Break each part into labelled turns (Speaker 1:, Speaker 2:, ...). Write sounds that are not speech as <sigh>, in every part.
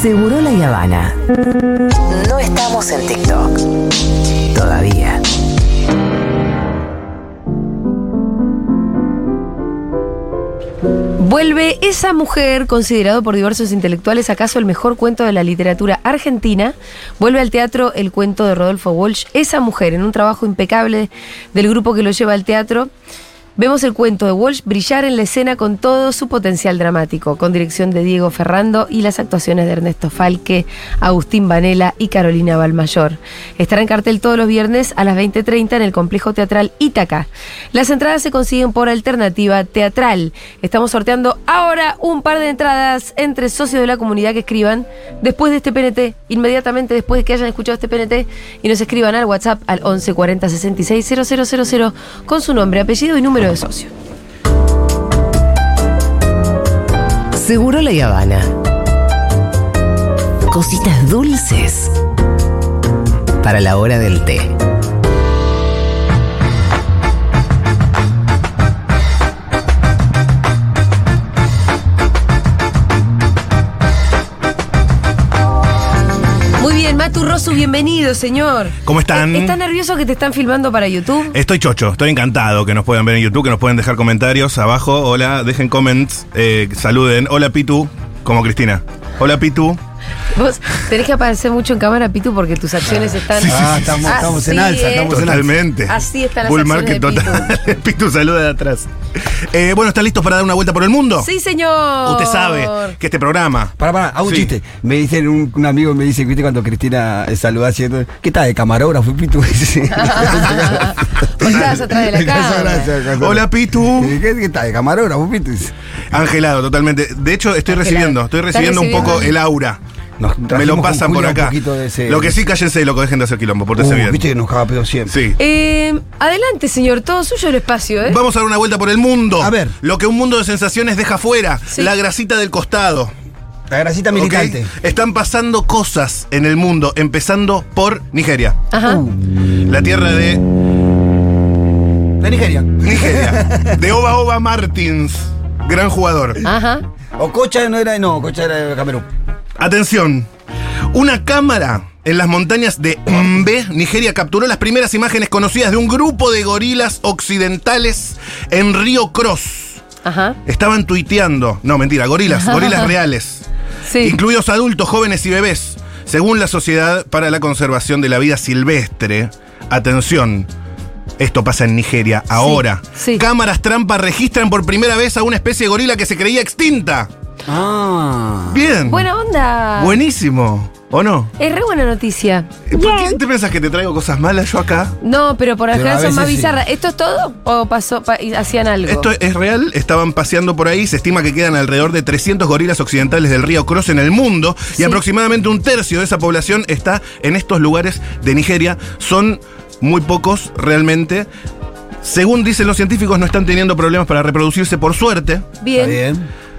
Speaker 1: Seguro la Habana. No estamos en TikTok. Todavía.
Speaker 2: Vuelve esa mujer, considerado por diversos intelectuales acaso el mejor cuento de la literatura argentina, vuelve al teatro el cuento de Rodolfo Walsh. Esa mujer, en un trabajo impecable del grupo que lo lleva al teatro, vemos el cuento de Walsh brillar en la escena con todo su potencial dramático, con dirección de Diego Ferrando y las actuaciones de Ernesto Falque, Agustín Vanela y Carolina Balmayor. Estará en cartel todos los viernes a las 20.30 en el Complejo Teatral Ítaca. Las entradas se consiguen por alternativa teatral. Estamos sorteando ahora un par de entradas entre socios de la comunidad que escriban después de este PNT, inmediatamente después de que hayan escuchado este PNT y nos escriban al WhatsApp al 11 40 66 000 con su nombre, apellido y número de socio.
Speaker 1: Seguro la Habana. Cositas dulces para la hora del té.
Speaker 2: Muy bien, Matu Rosu, bienvenido, señor.
Speaker 3: ¿Cómo están?
Speaker 2: Eh, ¿Estás nervioso que te están filmando para YouTube?
Speaker 3: Estoy chocho, estoy encantado que nos puedan ver en YouTube, que nos pueden dejar comentarios abajo. Hola, dejen comments, eh, saluden. Hola Pitu, como Cristina. Hola Pitu.
Speaker 2: Vos tenés que aparecer mucho en cámara, Pitu, porque tus acciones están.
Speaker 4: Ah, estamos, estamos en
Speaker 2: Así
Speaker 4: alza,
Speaker 2: es.
Speaker 4: estamos en alza.
Speaker 3: Totalmente.
Speaker 2: Así están las
Speaker 3: Bull
Speaker 2: acciones
Speaker 3: market
Speaker 2: de Pitu.
Speaker 3: total. <laughs> Pitu. saluda de atrás. Eh, bueno, ¿están listos para dar una vuelta por el mundo?
Speaker 2: <laughs> Sí, señor.
Speaker 3: Usted sabe que este programa.
Speaker 4: Pará, pará, hago un
Speaker 3: Sí.
Speaker 4: chiste. Me dicen, un, un amigo me dice, viste, cuando Cristina eh, saluda haciendo, ¿qué tal de camarógrafo, Pitu? <laughs>
Speaker 2: <laughs>
Speaker 4: Sí.
Speaker 2: Vos estabas atrás de la
Speaker 4: Gracias,
Speaker 2: cámara.
Speaker 4: gracias, gracias.
Speaker 3: Hola Pitu.
Speaker 4: Eh, ¿Qué, qué tal de camarógrafo, Pitu?
Speaker 3: Angelado, totalmente. De hecho, estoy
Speaker 2: Angelado.
Speaker 3: recibiendo, estoy
Speaker 2: Estás
Speaker 3: recibiendo un
Speaker 2: recibiendo.
Speaker 3: poco el aura.
Speaker 4: Nos
Speaker 3: Me
Speaker 4: trajimos
Speaker 3: lo
Speaker 4: con
Speaker 3: pasan por
Speaker 4: Julia un
Speaker 3: acá.
Speaker 4: poquito de ese-
Speaker 3: Lo que sí, cállense, loco, dejen de hacer quilombo, pórtense
Speaker 4: Uh,
Speaker 3: bien.
Speaker 4: Viste que nos capeo siempre.
Speaker 3: Sí.
Speaker 2: Eh, adelante, señor. Todo suyo el espacio, ¿eh?
Speaker 3: Vamos a dar una vuelta por el mundo.
Speaker 4: A ver.
Speaker 3: Lo que un mundo de sensaciones deja fuera.
Speaker 2: Sí.
Speaker 3: La grasita del costado.
Speaker 4: La grasita
Speaker 3: ¿ok?
Speaker 4: militante.
Speaker 3: Están pasando cosas en el mundo, empezando por Nigeria.
Speaker 2: Ajá.
Speaker 3: La tierra de
Speaker 4: De Nigeria.
Speaker 3: Nigeria. de Oba Oba Martins. Gran jugador.
Speaker 2: Ajá.
Speaker 4: O Cocha no era, no, Cocha era de Camerún.
Speaker 3: Atención. Una cámara en las montañas de Mbe, Nigeria, capturó las primeras imágenes conocidas de un grupo de gorilas occidentales en Río Cross.
Speaker 2: Ajá.
Speaker 3: Estaban tuiteando. No, mentira, gorilas, gorilas reales.
Speaker 2: Sí.
Speaker 3: incluidos adultos, jóvenes y bebés, según la Sociedad para la Conservación de la Vida Silvestre. Atención, esto pasa en Nigeria ahora.
Speaker 2: sí.
Speaker 3: Cámaras trampa registran por primera vez a una especie de gorila que se creía extinta.
Speaker 4: Ah.
Speaker 3: Bien.
Speaker 2: Buena onda.
Speaker 3: Buenísimo. ¿O no?
Speaker 2: Es re buena noticia.
Speaker 3: Eh, ¿Por qué te pensás que te traigo cosas malas yo acá?
Speaker 2: No, pero por
Speaker 4: Pero a
Speaker 2: acá son más
Speaker 4: veces sí.
Speaker 2: bizarras. ¿Esto es todo? ¿O pasó, pa- y hacían algo?
Speaker 3: Esto es real, estaban paseando por ahí, se estima que quedan alrededor de 300 gorilas occidentales del río Cross en el mundo
Speaker 2: Sí.
Speaker 3: y aproximadamente un tercio de esa población está en estos lugares de Nigeria. Son muy pocos realmente. Según dicen los científicos, no están teniendo problemas para reproducirse por suerte,
Speaker 4: Está
Speaker 2: Bien.
Speaker 4: bien.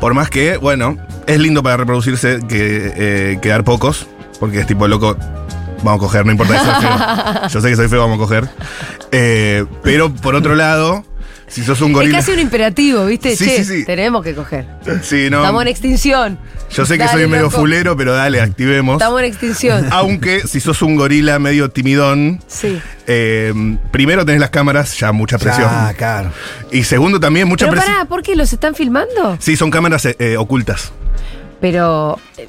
Speaker 3: por más que, bueno, es lindo para reproducirse que eh, quedar pocos, porque es tipo loco. Vamos a coger, no importa si
Speaker 2: <laughs>
Speaker 3: soy feo. Yo sé que soy feo, vamos a coger. Eh, pero por otro lado, si sos un
Speaker 2: Es
Speaker 3: gorila.
Speaker 2: casi un imperativo, ¿viste?
Speaker 3: Sí,
Speaker 2: che,
Speaker 3: sí, sí.
Speaker 2: tenemos que coger.
Speaker 3: Sí, no.
Speaker 2: Estamos en extinción.
Speaker 3: Yo sé que
Speaker 2: Dale,
Speaker 3: soy medio
Speaker 2: loco.
Speaker 3: fulero, pero dale, activemos.
Speaker 2: Estamos en extinción.
Speaker 3: Ah. Aunque si sos un gorila medio timidón,
Speaker 2: Sí.
Speaker 3: eh, primero tenés las cámaras, ya mucha presión.
Speaker 4: Ah, claro.
Speaker 3: Y segundo también mucha
Speaker 2: Pero
Speaker 3: presión.
Speaker 2: pará, ¿por qué los están filmando?
Speaker 3: Sí, son cámaras eh, eh, ocultas.
Speaker 2: Pero eh,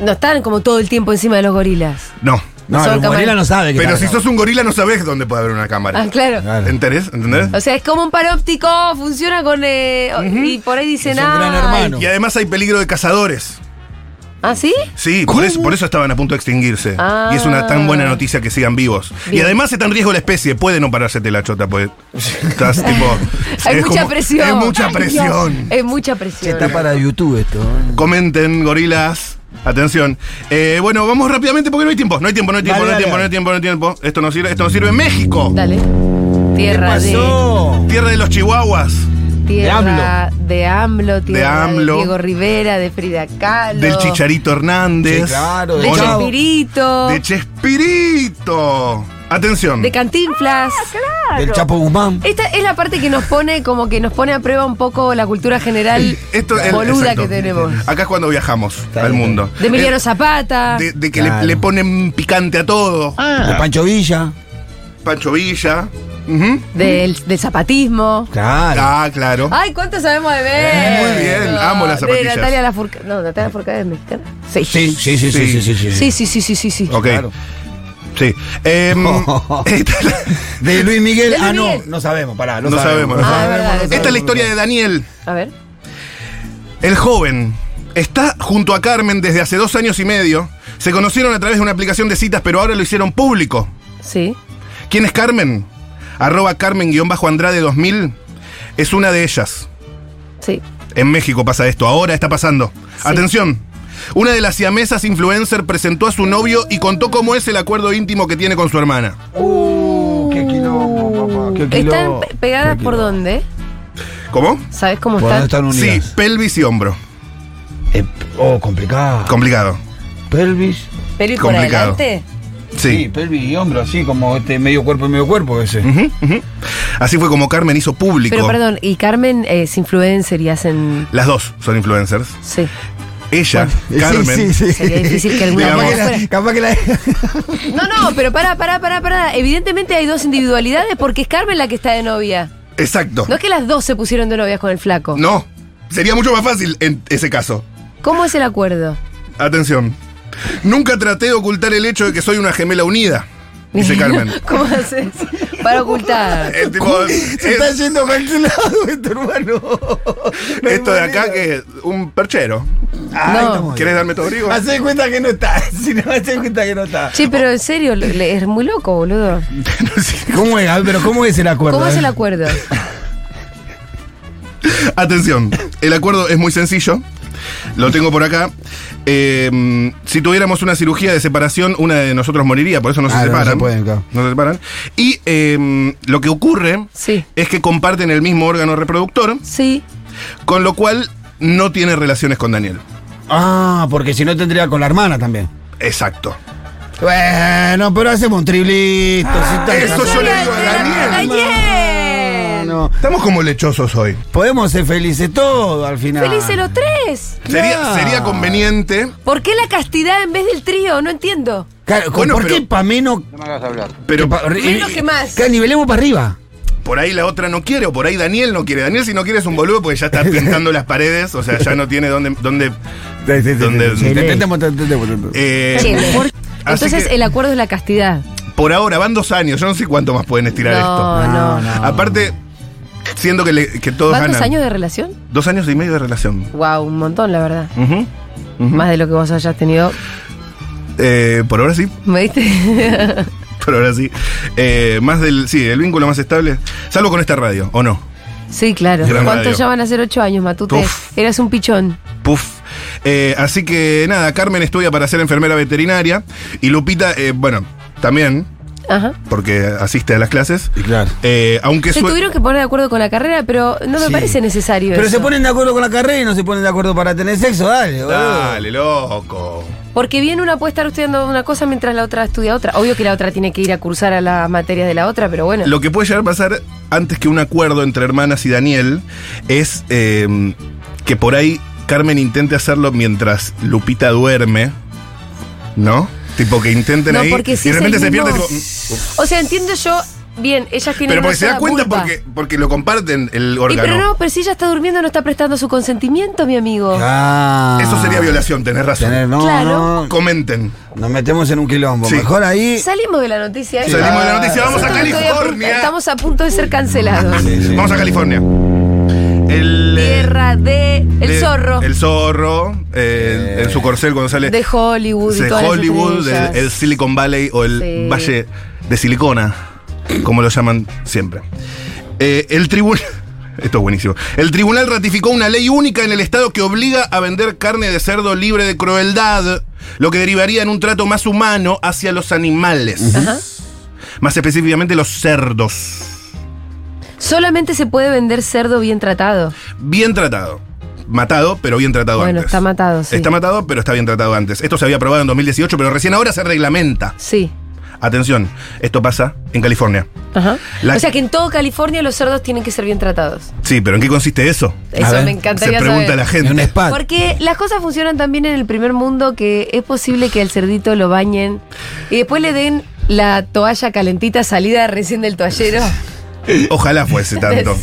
Speaker 2: no están como todo el tiempo encima de los gorilas.
Speaker 3: No.
Speaker 4: No,
Speaker 2: Son
Speaker 4: el gorila
Speaker 2: cámaras.
Speaker 4: no sabe que
Speaker 3: Pero
Speaker 4: está
Speaker 3: si
Speaker 4: acá.
Speaker 3: sos un gorila no sabés dónde puede haber una cámara.
Speaker 2: Ah, claro.
Speaker 4: Claro.
Speaker 3: ¿Entendés? ¿Entendés?
Speaker 2: O sea, es como un paróptico, funciona con... eh, o- Y por ahí dicen...
Speaker 4: Es un gran
Speaker 2: "Ay".
Speaker 4: hermano.
Speaker 3: Y además hay peligro de cazadores.
Speaker 2: ¿Ah, sí?
Speaker 3: Sí, por eso, por eso estaban a punto de extinguirse.
Speaker 2: Ah.
Speaker 3: Y es una tan buena noticia que sigan vivos. Y
Speaker 2: Bien.
Speaker 3: además está en riesgo la especie, puede no parásete la chota, pues. Estás tipo.
Speaker 2: <laughs> Hay
Speaker 3: es
Speaker 2: mucha
Speaker 3: como-
Speaker 2: presión.
Speaker 3: Es mucha presión.
Speaker 2: <laughs> Es mucha
Speaker 4: Che,
Speaker 2: presión.
Speaker 4: está para YouTube esto. ¿eh?
Speaker 3: Comenten, gorilas. Atención. Eh, bueno, vamos rápidamente porque no hay tiempo. No hay tiempo, no hay tiempo,
Speaker 4: Dale,
Speaker 3: no hay
Speaker 4: dale,
Speaker 3: tiempo, no hay
Speaker 4: dale.
Speaker 3: tiempo, no hay tiempo. Esto no sirve, esto no sirve. México.
Speaker 2: Dale. Tierra de...
Speaker 4: Pasó.
Speaker 3: Tierra de los Chihuahuas.
Speaker 2: Tierra de AMLO, tierra de,
Speaker 3: AMLO.
Speaker 2: Diego Rivera, de Frida Kahlo.
Speaker 3: Del Chicharito Hernández.
Speaker 4: Sí, claro,
Speaker 2: De
Speaker 4: Chavo.
Speaker 2: Chespirito.
Speaker 3: De Chespirito. Atención.
Speaker 2: de Cantinflas.
Speaker 4: Del Chapo Guzmán.
Speaker 2: Esta es la parte que nos pone como que nos pone a prueba un poco la cultura general
Speaker 3: Esto es-
Speaker 2: boluda
Speaker 3: exacto.
Speaker 2: que tenemos.
Speaker 3: Acá es cuando viajamos
Speaker 4: Está
Speaker 3: al
Speaker 4: bien.
Speaker 3: mundo.
Speaker 2: De Emiliano
Speaker 3: Eh,
Speaker 2: Zapata.
Speaker 3: De, de que
Speaker 4: Claro.
Speaker 3: le, le ponen picante a todo.
Speaker 2: Ah.
Speaker 4: De Pancho Villa.
Speaker 3: Pancho Villa. Ujú.
Speaker 2: del, del zapatismo.
Speaker 4: Claro.
Speaker 3: Ah, claro.
Speaker 2: Ay, ¿cuánto sabemos de ver?
Speaker 3: Muy bien, amo las
Speaker 2: De
Speaker 3: zapatillas.
Speaker 2: Natalia Lafourcade. No, Natalia Lafourcade es mexicana. Sí.
Speaker 4: Sí, sí, sí, sí, sí, sí. sí.
Speaker 2: Sí, sí, sí, sí, sí, sí.
Speaker 3: ok.
Speaker 4: Claro.
Speaker 3: Sí.
Speaker 4: <laughs>
Speaker 3: Em, <laughs> esta, es la-
Speaker 4: De Luis Miguel.
Speaker 2: De Luis
Speaker 4: ah, no,
Speaker 2: Miguel.
Speaker 4: no sabemos, pará. No,
Speaker 3: No sabemos, no
Speaker 2: sabemos. Ah, es verdad,
Speaker 3: esta es la historia de Daniel,
Speaker 2: A ver.
Speaker 3: el joven. Está junto a Carmen desde hace dos años y medio. Se conocieron a través de una aplicación de citas, pero ahora lo hicieron público.
Speaker 2: Sí.
Speaker 3: ¿Quién es Carmen? Arroba Carmen-Andrade 2000. Es una de ellas.
Speaker 2: Sí.
Speaker 3: En México pasa esto, ahora está pasando.
Speaker 2: Sí.
Speaker 3: Atención. Una de las siamesas influencer presentó a su novio y contó cómo es el acuerdo íntimo que tiene con su hermana.
Speaker 4: Uh, qué quilombo, papá. Qué
Speaker 2: ¿Están
Speaker 4: quilombo.
Speaker 2: pe- pegadas
Speaker 4: Qué
Speaker 2: por
Speaker 4: quilombo.
Speaker 2: dónde?
Speaker 3: ¿Cómo?
Speaker 2: ¿Sabes cómo
Speaker 4: Por dónde
Speaker 2: están?
Speaker 4: están
Speaker 3: Sí,
Speaker 4: unidas.
Speaker 3: pelvis y hombro.
Speaker 4: Eh, oh, complicado.
Speaker 3: Complicado.
Speaker 4: pelvis.
Speaker 2: ¿Pero y por
Speaker 3: Complicado.
Speaker 2: adelante?
Speaker 4: Sí,
Speaker 3: Sí.
Speaker 4: pelvis y hombro, así como este medio cuerpo y medio cuerpo ese.
Speaker 3: Ujú, ujú. Así fue como Carmen hizo público.
Speaker 2: Pero perdón, y Carmen es influencer y hacen.
Speaker 3: Las dos son influencers.
Speaker 2: Sí.
Speaker 3: Ella, Carmen.
Speaker 4: sí.
Speaker 2: Sería difícil que alguna
Speaker 4: capaz
Speaker 3: Digamos-
Speaker 4: que la, capaz que la-
Speaker 2: No, no, pero pará, pará, pará, pará. Evidentemente hay dos individualidades porque es Carmen la que está de novia.
Speaker 3: Exacto.
Speaker 2: No es que las dos se pusieron de novias con el flaco.
Speaker 3: No. Sería mucho más fácil en ese caso.
Speaker 2: ¿Cómo es el acuerdo?
Speaker 3: Atención. Nunca traté de ocultar el hecho de que soy una gemela unida,
Speaker 2: <laughs>
Speaker 3: dice Carmen.
Speaker 2: ¿Cómo haces para ocultar?
Speaker 3: El tipo,
Speaker 4: <laughs> se
Speaker 3: es-
Speaker 4: está yendo para aquel lado este hermano.
Speaker 3: <laughs>
Speaker 4: No hay
Speaker 3: Esto de
Speaker 4: manera.
Speaker 3: acá que es un perchero.
Speaker 4: Ay,
Speaker 2: No.
Speaker 4: Ah, estamos bien.
Speaker 3: ¿Quieres darme tu abrigo? <laughs>
Speaker 4: Hacé cuenta que no está. <laughs> Si no, hacé cuenta que no está.
Speaker 2: Sí, pero en serio, le- le- es muy loco, boludo.
Speaker 4: ¿Cómo es? A ver, pero ¿cómo es el acuerdo?
Speaker 2: ¿Cómo es
Speaker 4: eh?
Speaker 2: el acuerdo?
Speaker 3: Atención, el acuerdo es muy sencillo. Lo tengo por acá. Eh, si tuviéramos una cirugía de separación, una de nosotros moriría, por eso no se
Speaker 4: Claro, Ah, no
Speaker 3: separan.
Speaker 4: se pueden, claro.
Speaker 3: No se separan. Y eh, lo que ocurre
Speaker 2: Sí.
Speaker 3: es que comparten el mismo órgano reproductor,
Speaker 2: Sí.
Speaker 3: con lo cual no tiene relaciones con Daniel.
Speaker 4: Ah, porque si no tendría con la hermana también.
Speaker 3: Exacto.
Speaker 4: Bueno, pero hacemos un triblito. si está-
Speaker 3: Ah, eso yo le digo a Daniel.
Speaker 2: ¡Daniel!
Speaker 4: No,
Speaker 3: Estamos como lechosos hoy.
Speaker 4: Podemos ser felices todos al final.
Speaker 2: ¡Felices los tres!
Speaker 3: Sería,
Speaker 4: Claro.
Speaker 3: sería conveniente,
Speaker 2: ¿Por qué la castidad en vez del trío? No entiendo.
Speaker 4: Claro, ¿con-
Speaker 3: Bueno,
Speaker 4: ¿Por
Speaker 3: pero-
Speaker 4: qué pa' menos?
Speaker 3: pero
Speaker 4: pa-
Speaker 2: Menos
Speaker 4: eh,
Speaker 2: que más.
Speaker 4: claro, nivelemos para arriba.
Speaker 3: por ahí la otra no quiere, o por ahí Daniel no quiere. Daniel, si no quiere, es un boludo porque ya está pintando las paredes, o sea, ya no tiene dónde. dónde Donde-
Speaker 4: Sí, Intentemos, intentemos, intentemos.
Speaker 3: eh,
Speaker 2: Che, ¿por-
Speaker 3: así
Speaker 2: Entonces
Speaker 3: que-
Speaker 2: el acuerdo es la castidad.
Speaker 3: Por ahora van dos años, yo no sé cuánto más pueden estirar
Speaker 2: No,
Speaker 3: esto.
Speaker 2: no.
Speaker 3: Aparte, siento que, le- que todos
Speaker 2: ¿Cuántos
Speaker 3: ganan.
Speaker 2: años de relación?
Speaker 3: Dos años y medio de relación.
Speaker 2: Wow, un montón, la verdad.
Speaker 3: Ujú, ujú.
Speaker 2: Más de lo que vos hayas tenido.
Speaker 3: Eh, por ahora sí, <laughs>
Speaker 2: ¿Me viste?
Speaker 3: por ahora sí. Eh, más del, sí, el vínculo más estable, salvo con esta radio, ¿o no?
Speaker 2: sí, claro.
Speaker 3: Gran
Speaker 2: ¿Cuántos
Speaker 3: radio.
Speaker 2: ya van a ser ocho años, Matute?
Speaker 3: Uf.
Speaker 2: Eras un pichón.
Speaker 3: Puf. Eh, así que nada, Carmen estudia para ser enfermera veterinaria y Lupita, eh, bueno, también,
Speaker 2: Ajá.
Speaker 3: porque asiste a las clases.
Speaker 4: Y claro.
Speaker 3: Eh, aunque
Speaker 2: Se
Speaker 3: su-
Speaker 2: tuvieron que poner de acuerdo con la carrera, pero no me
Speaker 4: Sí.
Speaker 2: parece necesario
Speaker 4: Pero
Speaker 2: eso.
Speaker 4: se ponen de acuerdo con la carrera y no se ponen de acuerdo para tener sexo, dale. boludo.
Speaker 3: Dale, loco.
Speaker 2: Porque bien una puede estar estudiando una cosa mientras la otra estudia otra. Obvio que la otra tiene que ir a cursar a las materias de la otra, pero bueno.
Speaker 3: Lo que puede llegar a pasar antes que un acuerdo entre hermanas y Daniel es eh, que por ahí Carmen intente hacerlo mientras Lupita duerme, ¿no? Tipo que intenten
Speaker 2: No,
Speaker 3: ahí
Speaker 2: porque si
Speaker 3: y de
Speaker 2: es
Speaker 3: repente
Speaker 2: el
Speaker 3: se pierde.
Speaker 2: mismo-
Speaker 3: tipo, mm, ups.
Speaker 2: O sea, entiendo yo, bien, ellas tienen
Speaker 3: Pero
Speaker 2: una
Speaker 3: porque se da
Speaker 2: sola
Speaker 3: cuenta
Speaker 2: vulva.
Speaker 3: porque, porque lo comparten el
Speaker 2: Y
Speaker 3: órgano.
Speaker 2: pero no, pero si ella está durmiendo no está prestando su consentimiento, mi amigo.
Speaker 4: Ah.
Speaker 3: Eso sería violación, tenés razón.
Speaker 4: Tener- no,
Speaker 2: Claro.
Speaker 4: no,
Speaker 3: Comenten.
Speaker 4: Nos metemos en un quilombo.
Speaker 3: Sí.
Speaker 4: Mejor ahí.
Speaker 2: Salimos de la noticia. ¿eh?
Speaker 3: Salimos de la noticia, vamos a
Speaker 2: Nosotros estoy a punto-
Speaker 3: California.
Speaker 2: Estamos a punto de ser cancelados.
Speaker 4: Sí, sí.
Speaker 3: Vamos a California. El, eh,
Speaker 2: Tierra de El
Speaker 3: de-
Speaker 2: Zorro,
Speaker 3: El zorro, eh, en su corcel cuando sale.
Speaker 2: de Hollywood. y
Speaker 3: de
Speaker 2: todas las
Speaker 3: Hollywood, de-
Speaker 2: estrellas.
Speaker 3: el Silicon Valley o el
Speaker 2: Sí.
Speaker 3: Valle de Silicona, como lo llaman siempre. Eh, el tribunal. <laughs> Esto es buenísimo. El tribunal ratificó una ley única en el Estado que obliga a vender carne de cerdo libre de crueldad, lo que derivaría en un trato más humano hacia los animales.
Speaker 2: Ajá.
Speaker 3: Más específicamente los cerdos.
Speaker 2: Solamente se puede vender cerdo bien tratado.
Speaker 3: Bien tratado. Matado, pero bien tratado
Speaker 2: Bueno,
Speaker 3: antes.
Speaker 2: está matado, sí.
Speaker 3: Está matado, pero está bien tratado antes. Esto se había aprobado en 2018, pero recién ahora se reglamenta.
Speaker 2: Sí.
Speaker 3: Atención, esto pasa en California.
Speaker 2: Ajá.
Speaker 3: La-
Speaker 2: O sea que en todo California los cerdos tienen que ser bien tratados.
Speaker 3: Sí, pero ¿en qué consiste eso?
Speaker 2: Eso
Speaker 4: ver,
Speaker 2: me
Speaker 3: Se
Speaker 2: encantaría
Speaker 3: pregunta
Speaker 2: saber.
Speaker 3: la gente.
Speaker 4: En un spa.
Speaker 2: Porque las cosas funcionan también en el primer mundo que es posible que al cerdito lo bañen y después le den la toalla calentita salida recién del toallero.
Speaker 3: Ojalá
Speaker 2: <laughs>
Speaker 3: fuese tanto.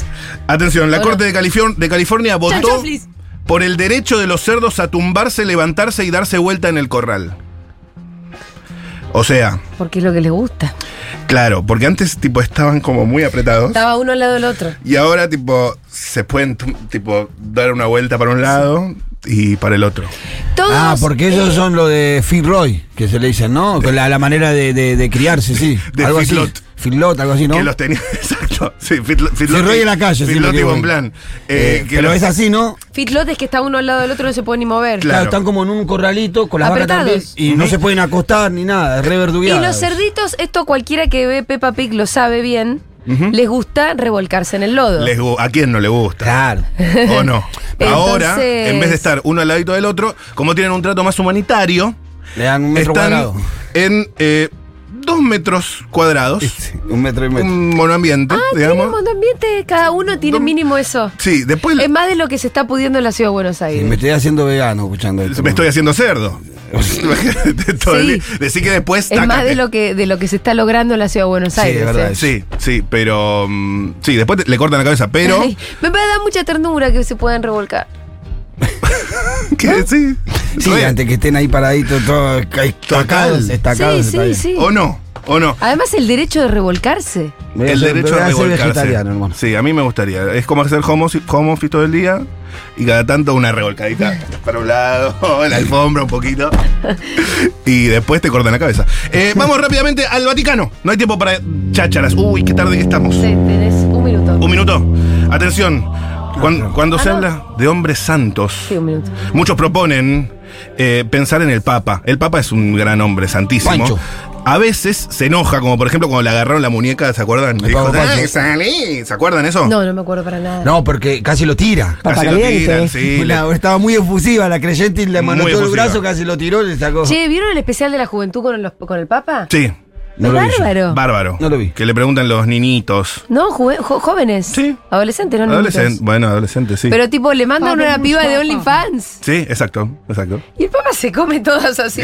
Speaker 3: Atención, la
Speaker 2: Bueno.
Speaker 3: Corte de, Califior- de California votó
Speaker 2: Chau, chau, please.
Speaker 3: por el derecho de los cerdos a tumbarse, levantarse y darse vuelta en el corral. O sea,
Speaker 2: Porque es lo que les gusta.
Speaker 3: claro, porque antes tipo estaban como muy apretados
Speaker 2: Estaba uno al lado del otro.
Speaker 3: y ahora tipo se pueden tum- tipo dar una vuelta para un lado y para el otro.
Speaker 2: Todos, eh,
Speaker 4: Ah, porque ellos son lo de Fitzroy, que se le dicen, ¿no? Con la, la manera de, de- de criarse, sí.
Speaker 3: <laughs> de
Speaker 4: algo
Speaker 3: Fitlot.
Speaker 4: así. Fitlot, algo así, ¿no?
Speaker 3: Que los tenía, <laughs> exacto. Sí, Fit,
Speaker 4: Fitzroy en la calle, sí. lo
Speaker 3: Fitlotti
Speaker 4: que
Speaker 3: y
Speaker 4: voy.
Speaker 3: Bonplan.
Speaker 4: Eh,
Speaker 3: Eh, que
Speaker 4: pero
Speaker 3: los-
Speaker 4: es así, ¿no?
Speaker 2: Fitlotes que está uno al lado del otro no se puede ni mover.
Speaker 3: Claro.
Speaker 4: Claro, están como en un corralito con las vacas también,
Speaker 2: Apretados.
Speaker 4: y no se pueden acostar ni nada, es re
Speaker 2: Y
Speaker 4: verdugueadas.
Speaker 2: los cerditos, esto cualquiera que ve Peppa Pig lo sabe bien, les gusta revolcarse en el lodo.
Speaker 3: les gu- ¿A quién no le gusta?
Speaker 4: Claro.
Speaker 3: <laughs> ¿O
Speaker 4: <laughs>
Speaker 3: no?
Speaker 2: Entonces-
Speaker 3: Ahora, en vez de estar uno al ladito del otro, como tienen un trato más humanitario,
Speaker 4: Le dan un metro
Speaker 3: están
Speaker 4: cuadrado.
Speaker 3: en eh, dos metros cuadrados,
Speaker 4: un metro Ah, y medio.
Speaker 3: un monoambiente,
Speaker 2: Tiene un
Speaker 3: digamos.
Speaker 2: montón de ambiente, cada uno tiene
Speaker 3: No-
Speaker 2: mínimo eso.
Speaker 3: Sí, después
Speaker 2: Es más de lo que se está pudiendo en la ciudad de Buenos
Speaker 4: Y
Speaker 2: Aires.
Speaker 4: me estoy haciendo vegano escuchando esto.
Speaker 3: me estoy haciendo
Speaker 4: <laughs>
Speaker 3: cerdo. <laughs> Imagínate todo el
Speaker 2: Sí.
Speaker 3: día. Decí que después...
Speaker 2: Es
Speaker 3: taca,
Speaker 2: más de
Speaker 3: eh,
Speaker 2: lo que de lo que se está logrando en la ciudad de Buenos
Speaker 4: Sí,
Speaker 2: Aires.
Speaker 4: es verdad.
Speaker 2: ¿eh?
Speaker 3: Sí, sí, pero... mm, sí, después te- le cortan la cabeza, pero...
Speaker 2: Ay, me va a dar mucha ternura que se puedan revolcar.
Speaker 3: <laughs> que sí.
Speaker 4: Sí,
Speaker 3: re-
Speaker 4: antes que estén ahí paraditos, todos ca- estacados, estacados.
Speaker 2: sí,
Speaker 4: está
Speaker 2: sí,
Speaker 4: bien.
Speaker 2: sí.
Speaker 4: Oh,
Speaker 3: ¿O no? ¿O no?
Speaker 2: Además el derecho de revolcarse.
Speaker 4: Voy a
Speaker 3: el
Speaker 4: ser-
Speaker 3: derecho
Speaker 4: voy
Speaker 3: a
Speaker 4: ser
Speaker 3: revolcarse.
Speaker 4: vegetariano, hermano.
Speaker 3: Sí, a mí me gustaría. Es como hacer home office, home office todo el día y cada tanto una revolcadita para un lado, <laughs> la alfombra un poquito. Y después te cortan la cabeza. Eh, vamos rápidamente al Vaticano. No hay tiempo para chácharas. Uy, qué tarde que estamos.
Speaker 2: Sí, tenés un minuto.
Speaker 4: Oh,
Speaker 3: Un minuto. Atención. Cuan- Cuando,
Speaker 2: Ah,
Speaker 3: se
Speaker 2: no.
Speaker 3: habla de hombres santos,
Speaker 2: Sí, un minuto.
Speaker 3: muchos proponen eh, pensar en el Papa. El Papa es un gran hombre, santísimo.
Speaker 4: Pancho.
Speaker 3: A veces se enoja, como por ejemplo cuando le agarraron la muñeca, ¿se acuerdan? Le dijo,
Speaker 4: Papa Pancho.
Speaker 3: "Dale, salí". ¿Se acuerdan eso?
Speaker 2: No, no me acuerdo para nada.
Speaker 4: No, porque casi lo tira.
Speaker 3: Casi lo tiran,
Speaker 4: <laughs>
Speaker 3: sí. le-
Speaker 4: La- estaba muy efusiva la creyente y le
Speaker 3: Muy
Speaker 4: manotó el
Speaker 3: efusiva.
Speaker 4: brazo, casi lo tiró, le sacó.
Speaker 2: Che, ¿vieron el especial de la juventud con, los- con el Papa?
Speaker 3: Sí,
Speaker 4: No lo vi yo.
Speaker 2: Bárbaro.
Speaker 3: bárbaro.
Speaker 4: No lo vi.
Speaker 3: Que le preguntan los ninitos.
Speaker 2: No, juve- jo- jóvenes.
Speaker 3: Sí.
Speaker 2: Adolescentes, no niños.
Speaker 3: Adolescente, bueno, adolescente, sí.
Speaker 2: Pero tipo, le mandan una piba de OnlyFans.
Speaker 3: sí, exacto, exacto. <laughs>
Speaker 2: Y el Papa se come todas así.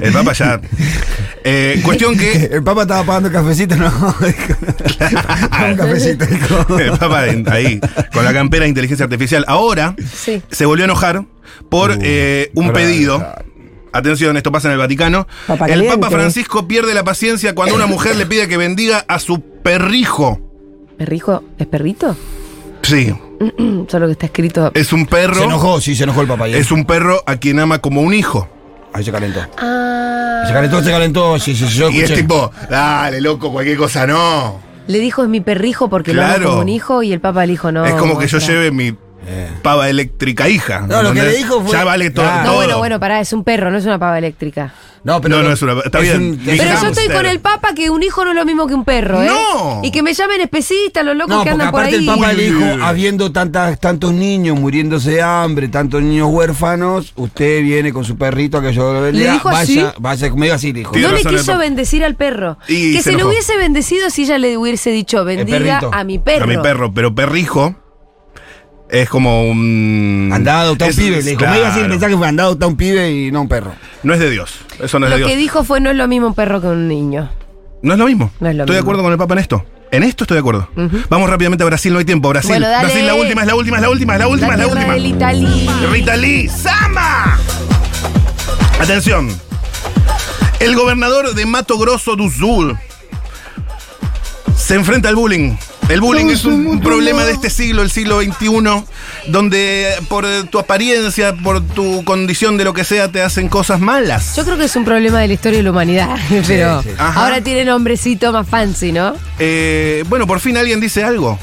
Speaker 3: El Papa ya. Eh, cuestión que.
Speaker 4: <laughs> El papá estaba pagando cafecito, no. <laughs> dijo.
Speaker 2: <laughs>
Speaker 4: un cafecito,
Speaker 3: <laughs>
Speaker 4: dijo.
Speaker 3: El Papa en- ahí, con la campera de inteligencia artificial. Ahora
Speaker 2: Sí.
Speaker 3: se volvió a enojar por
Speaker 4: Uh,
Speaker 3: eh, un
Speaker 4: pará,
Speaker 3: pedido.
Speaker 4: pará.
Speaker 3: Atención, esto pasa en el Vaticano.
Speaker 5: Papa
Speaker 3: el
Speaker 5: caliente.
Speaker 3: Papa Francisco pierde la paciencia cuando una mujer le pide que bendiga a su perrijo.
Speaker 2: ¿Perrijo? ¿Es perrito? <clears throat>
Speaker 3: Sí,
Speaker 2: Solo que está escrito.
Speaker 3: es un perro.
Speaker 4: Se enojó, sí, se enojó el papá. y-
Speaker 3: Es un perro a quien ama como un hijo.
Speaker 4: Ahí se calentó.
Speaker 2: Ah.
Speaker 4: Se calentó, se calentó, sí, sí, sí, yo
Speaker 3: Y es
Speaker 4: escuché.
Speaker 3: tipo, dale, loco, cualquier cosa, no.
Speaker 2: Le dijo es mi perrijo porque lo
Speaker 3: Claro.
Speaker 2: amo como un hijo y el papa le dijo no.
Speaker 3: es como que yo
Speaker 2: otra.
Speaker 3: lleve mi pava eléctrica hija.
Speaker 4: Eh. No, lo que
Speaker 3: ¿entendés?
Speaker 4: le dijo fue-
Speaker 3: Ya vale to-
Speaker 4: Claro.
Speaker 2: No,
Speaker 3: todo.
Speaker 2: bueno, bueno, pará, es un perro, no es una pava eléctrica.
Speaker 4: No,
Speaker 3: No, no, es una- está bien. Pero
Speaker 2: Pero yo
Speaker 3: Hamster.
Speaker 2: estoy con el papa que un hijo no es lo mismo que un perro, ¿eh?
Speaker 3: ¡No!
Speaker 2: Y que me llamen especista, los locos
Speaker 4: No,
Speaker 2: que
Speaker 4: porque
Speaker 2: andan por
Speaker 4: aparte
Speaker 2: ahí.
Speaker 4: el papá le dijo,
Speaker 3: Uy.
Speaker 4: habiendo tantas, tantos niños muriéndose de hambre, tantos niños huérfanos, usted viene con su perrito a que yo lo bendiga.
Speaker 2: ¿Le dijo
Speaker 4: vaya,
Speaker 2: así?
Speaker 4: vaya, medio así le dijo.
Speaker 3: Tiene
Speaker 2: No le
Speaker 3: razón el
Speaker 2: quiso
Speaker 3: papá.
Speaker 2: bendecir al perro.
Speaker 3: Y
Speaker 2: que
Speaker 3: se
Speaker 2: se, lo
Speaker 3: enojó.
Speaker 2: hubiese bendecido si ella le hubiese dicho bendiga
Speaker 4: perrito.
Speaker 2: a mi perro.
Speaker 3: A mi perro, pero perrijo es como un.
Speaker 4: Andá a adoptar un
Speaker 3: Mm. es-
Speaker 4: pibe. Le dijo,
Speaker 3: claro.
Speaker 4: medio así el mensaje fue andá a adoptar un pibe y no un perro.
Speaker 3: No es de Dios. Eso no es
Speaker 2: Lo
Speaker 3: de Dios.
Speaker 2: que dijo fue no es lo mismo un perro que un niño.
Speaker 3: No es lo mismo.
Speaker 2: No es lo
Speaker 3: estoy de
Speaker 2: mismo.
Speaker 3: acuerdo con el Papa en esto. En esto estoy de acuerdo. Vamos rápidamente a Brasil, no hay tiempo. Brasil.
Speaker 2: Bueno, dale.
Speaker 3: Brasil, la última, es la última, es la última, es la última,
Speaker 2: La
Speaker 3: es la
Speaker 2: tierra
Speaker 3: última.
Speaker 2: del Italí.
Speaker 3: Rita Lee Sama. Atención. El gobernador de Mato Grosso do Sul se enfrenta al bullying. El bullying es un, problema de este siglo, el siglo XXI, donde por tu apariencia, por tu condición de lo que sea, te hacen cosas malas.
Speaker 2: Yo creo que es un problema de la historia de la humanidad, pero
Speaker 4: sí.
Speaker 3: Ajá.
Speaker 2: ahora tiene nombrecito más fancy, ¿no?
Speaker 3: Eh, bueno, por fin alguien dice algo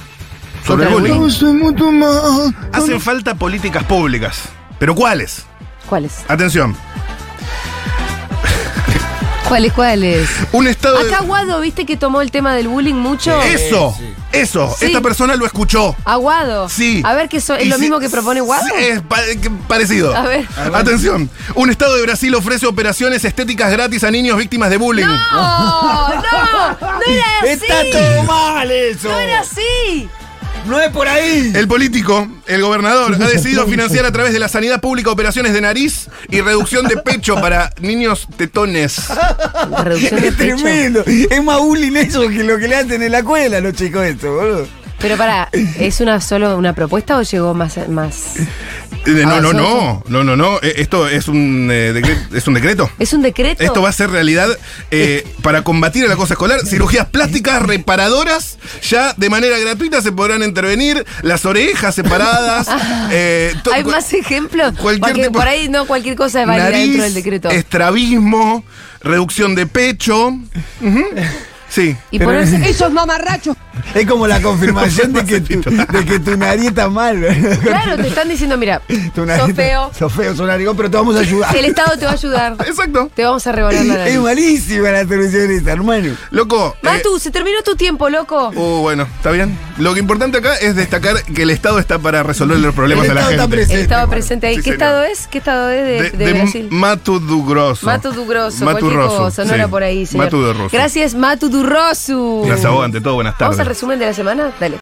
Speaker 3: sobre
Speaker 2: ¿Contra
Speaker 3: el
Speaker 2: el
Speaker 3: bullying.
Speaker 2: bullying?
Speaker 3: Hacen falta políticas públicas. ¿Pero cuáles?
Speaker 2: ¿Cuál es?
Speaker 3: Atención.
Speaker 2: ¿Cuál es? ¿Cuál es?
Speaker 3: Un estado de...
Speaker 2: Acá Guado, viste que tomó el tema del bullying mucho.
Speaker 3: Eso, Eso,
Speaker 2: Sí.
Speaker 3: esta persona lo escuchó.
Speaker 2: Aguado.
Speaker 3: Sí.
Speaker 2: A ver, que eso, ¿es
Speaker 3: Y
Speaker 2: lo
Speaker 3: sí-
Speaker 2: mismo que propone Guado?
Speaker 3: sí, es pa- que- parecido.
Speaker 2: A ver. A ver.
Speaker 3: Atención. Un estado de Brasil ofrece operaciones estéticas gratis a niños víctimas de bullyng.
Speaker 2: ¡No! ¡No! ¡No era así!
Speaker 4: Está todo mal eso.
Speaker 2: ¡No era
Speaker 3: <laughs>
Speaker 2: así!
Speaker 4: No es por ahí.
Speaker 3: El político, el gobernador, ha decidido financiar a través de la sanidad pública operaciones de nariz y reducción de pecho para niños tetones.
Speaker 2: La reducción de
Speaker 4: Es
Speaker 2: pecho.
Speaker 4: tremendo. Es más bullying eso que lo que le hacen en la escuela a los chicos esto, boludo.
Speaker 2: Pero para, ¿es una solo una propuesta o llegó más, más?
Speaker 3: Eh,
Speaker 2: Ah,
Speaker 3: No, no,
Speaker 2: eso-
Speaker 3: no, no, no, no. Eh, Esto es un, eh, decre- es un decreto.
Speaker 2: ¿Es un decreto?
Speaker 3: Esto va a ser realidad
Speaker 2: <laughs>
Speaker 3: eh, para combatir el acoso escolar. Cirugías plásticas reparadoras ya de manera gratuita se podrán intervenir. Las orejas
Speaker 2: <laughs>
Speaker 3: separadas. eh, to-
Speaker 2: ¿Hay más ejemplos?
Speaker 3: cualquier
Speaker 2: Porque
Speaker 3: tipo-
Speaker 2: por ahí no cualquier cosa es válida
Speaker 3: nariz,
Speaker 2: dentro del decreto.
Speaker 3: Estrabismo, reducción de pecho. Ujú. Sí.
Speaker 2: Y
Speaker 4: Pero-
Speaker 2: ponerse. ¡Esos
Speaker 4: Es como la confirmación de que, tu,
Speaker 3: Pasatito.
Speaker 4: de que tu nariz está mal.
Speaker 2: Claro, te están diciendo, mira,
Speaker 4: Tu nariz
Speaker 2: sos
Speaker 4: está-
Speaker 2: feo,
Speaker 4: Sos feo, sos narigón, pero te vamos a ayudar.
Speaker 2: el Estado te va a ayudar,
Speaker 3: Exacto.
Speaker 2: te vamos a revolar la
Speaker 4: Es
Speaker 2: nariz.
Speaker 4: malísima la solución esta, hermano.
Speaker 3: Loco. eh,
Speaker 2: Matu, se terminó tu tiempo, loco.
Speaker 3: Uh, bueno, está bien. Lo que importante acá es destacar que el Estado está para resolver los problemas
Speaker 4: El
Speaker 3: a la
Speaker 4: Estado está
Speaker 3: gente.
Speaker 4: presente.
Speaker 2: Él Eh, estaba
Speaker 4: bueno,
Speaker 2: presente ahí.
Speaker 3: sí,
Speaker 2: ¿Qué
Speaker 3: señor.
Speaker 2: estado es? ¿Qué estado es de, de Brasil?
Speaker 3: Mato Grosso.
Speaker 2: Matu Dugroso,
Speaker 3: Mato
Speaker 2: cualquier
Speaker 3: Grosso,
Speaker 2: cosa, no era
Speaker 3: sí.
Speaker 2: por ahí, señor.
Speaker 3: Matu Grosso.
Speaker 2: Gracias, Matu Durosu.
Speaker 3: Gracias a vos, ante todo, buenas
Speaker 2: Vamos
Speaker 3: tardes.
Speaker 2: al resumen de la semana. Dale.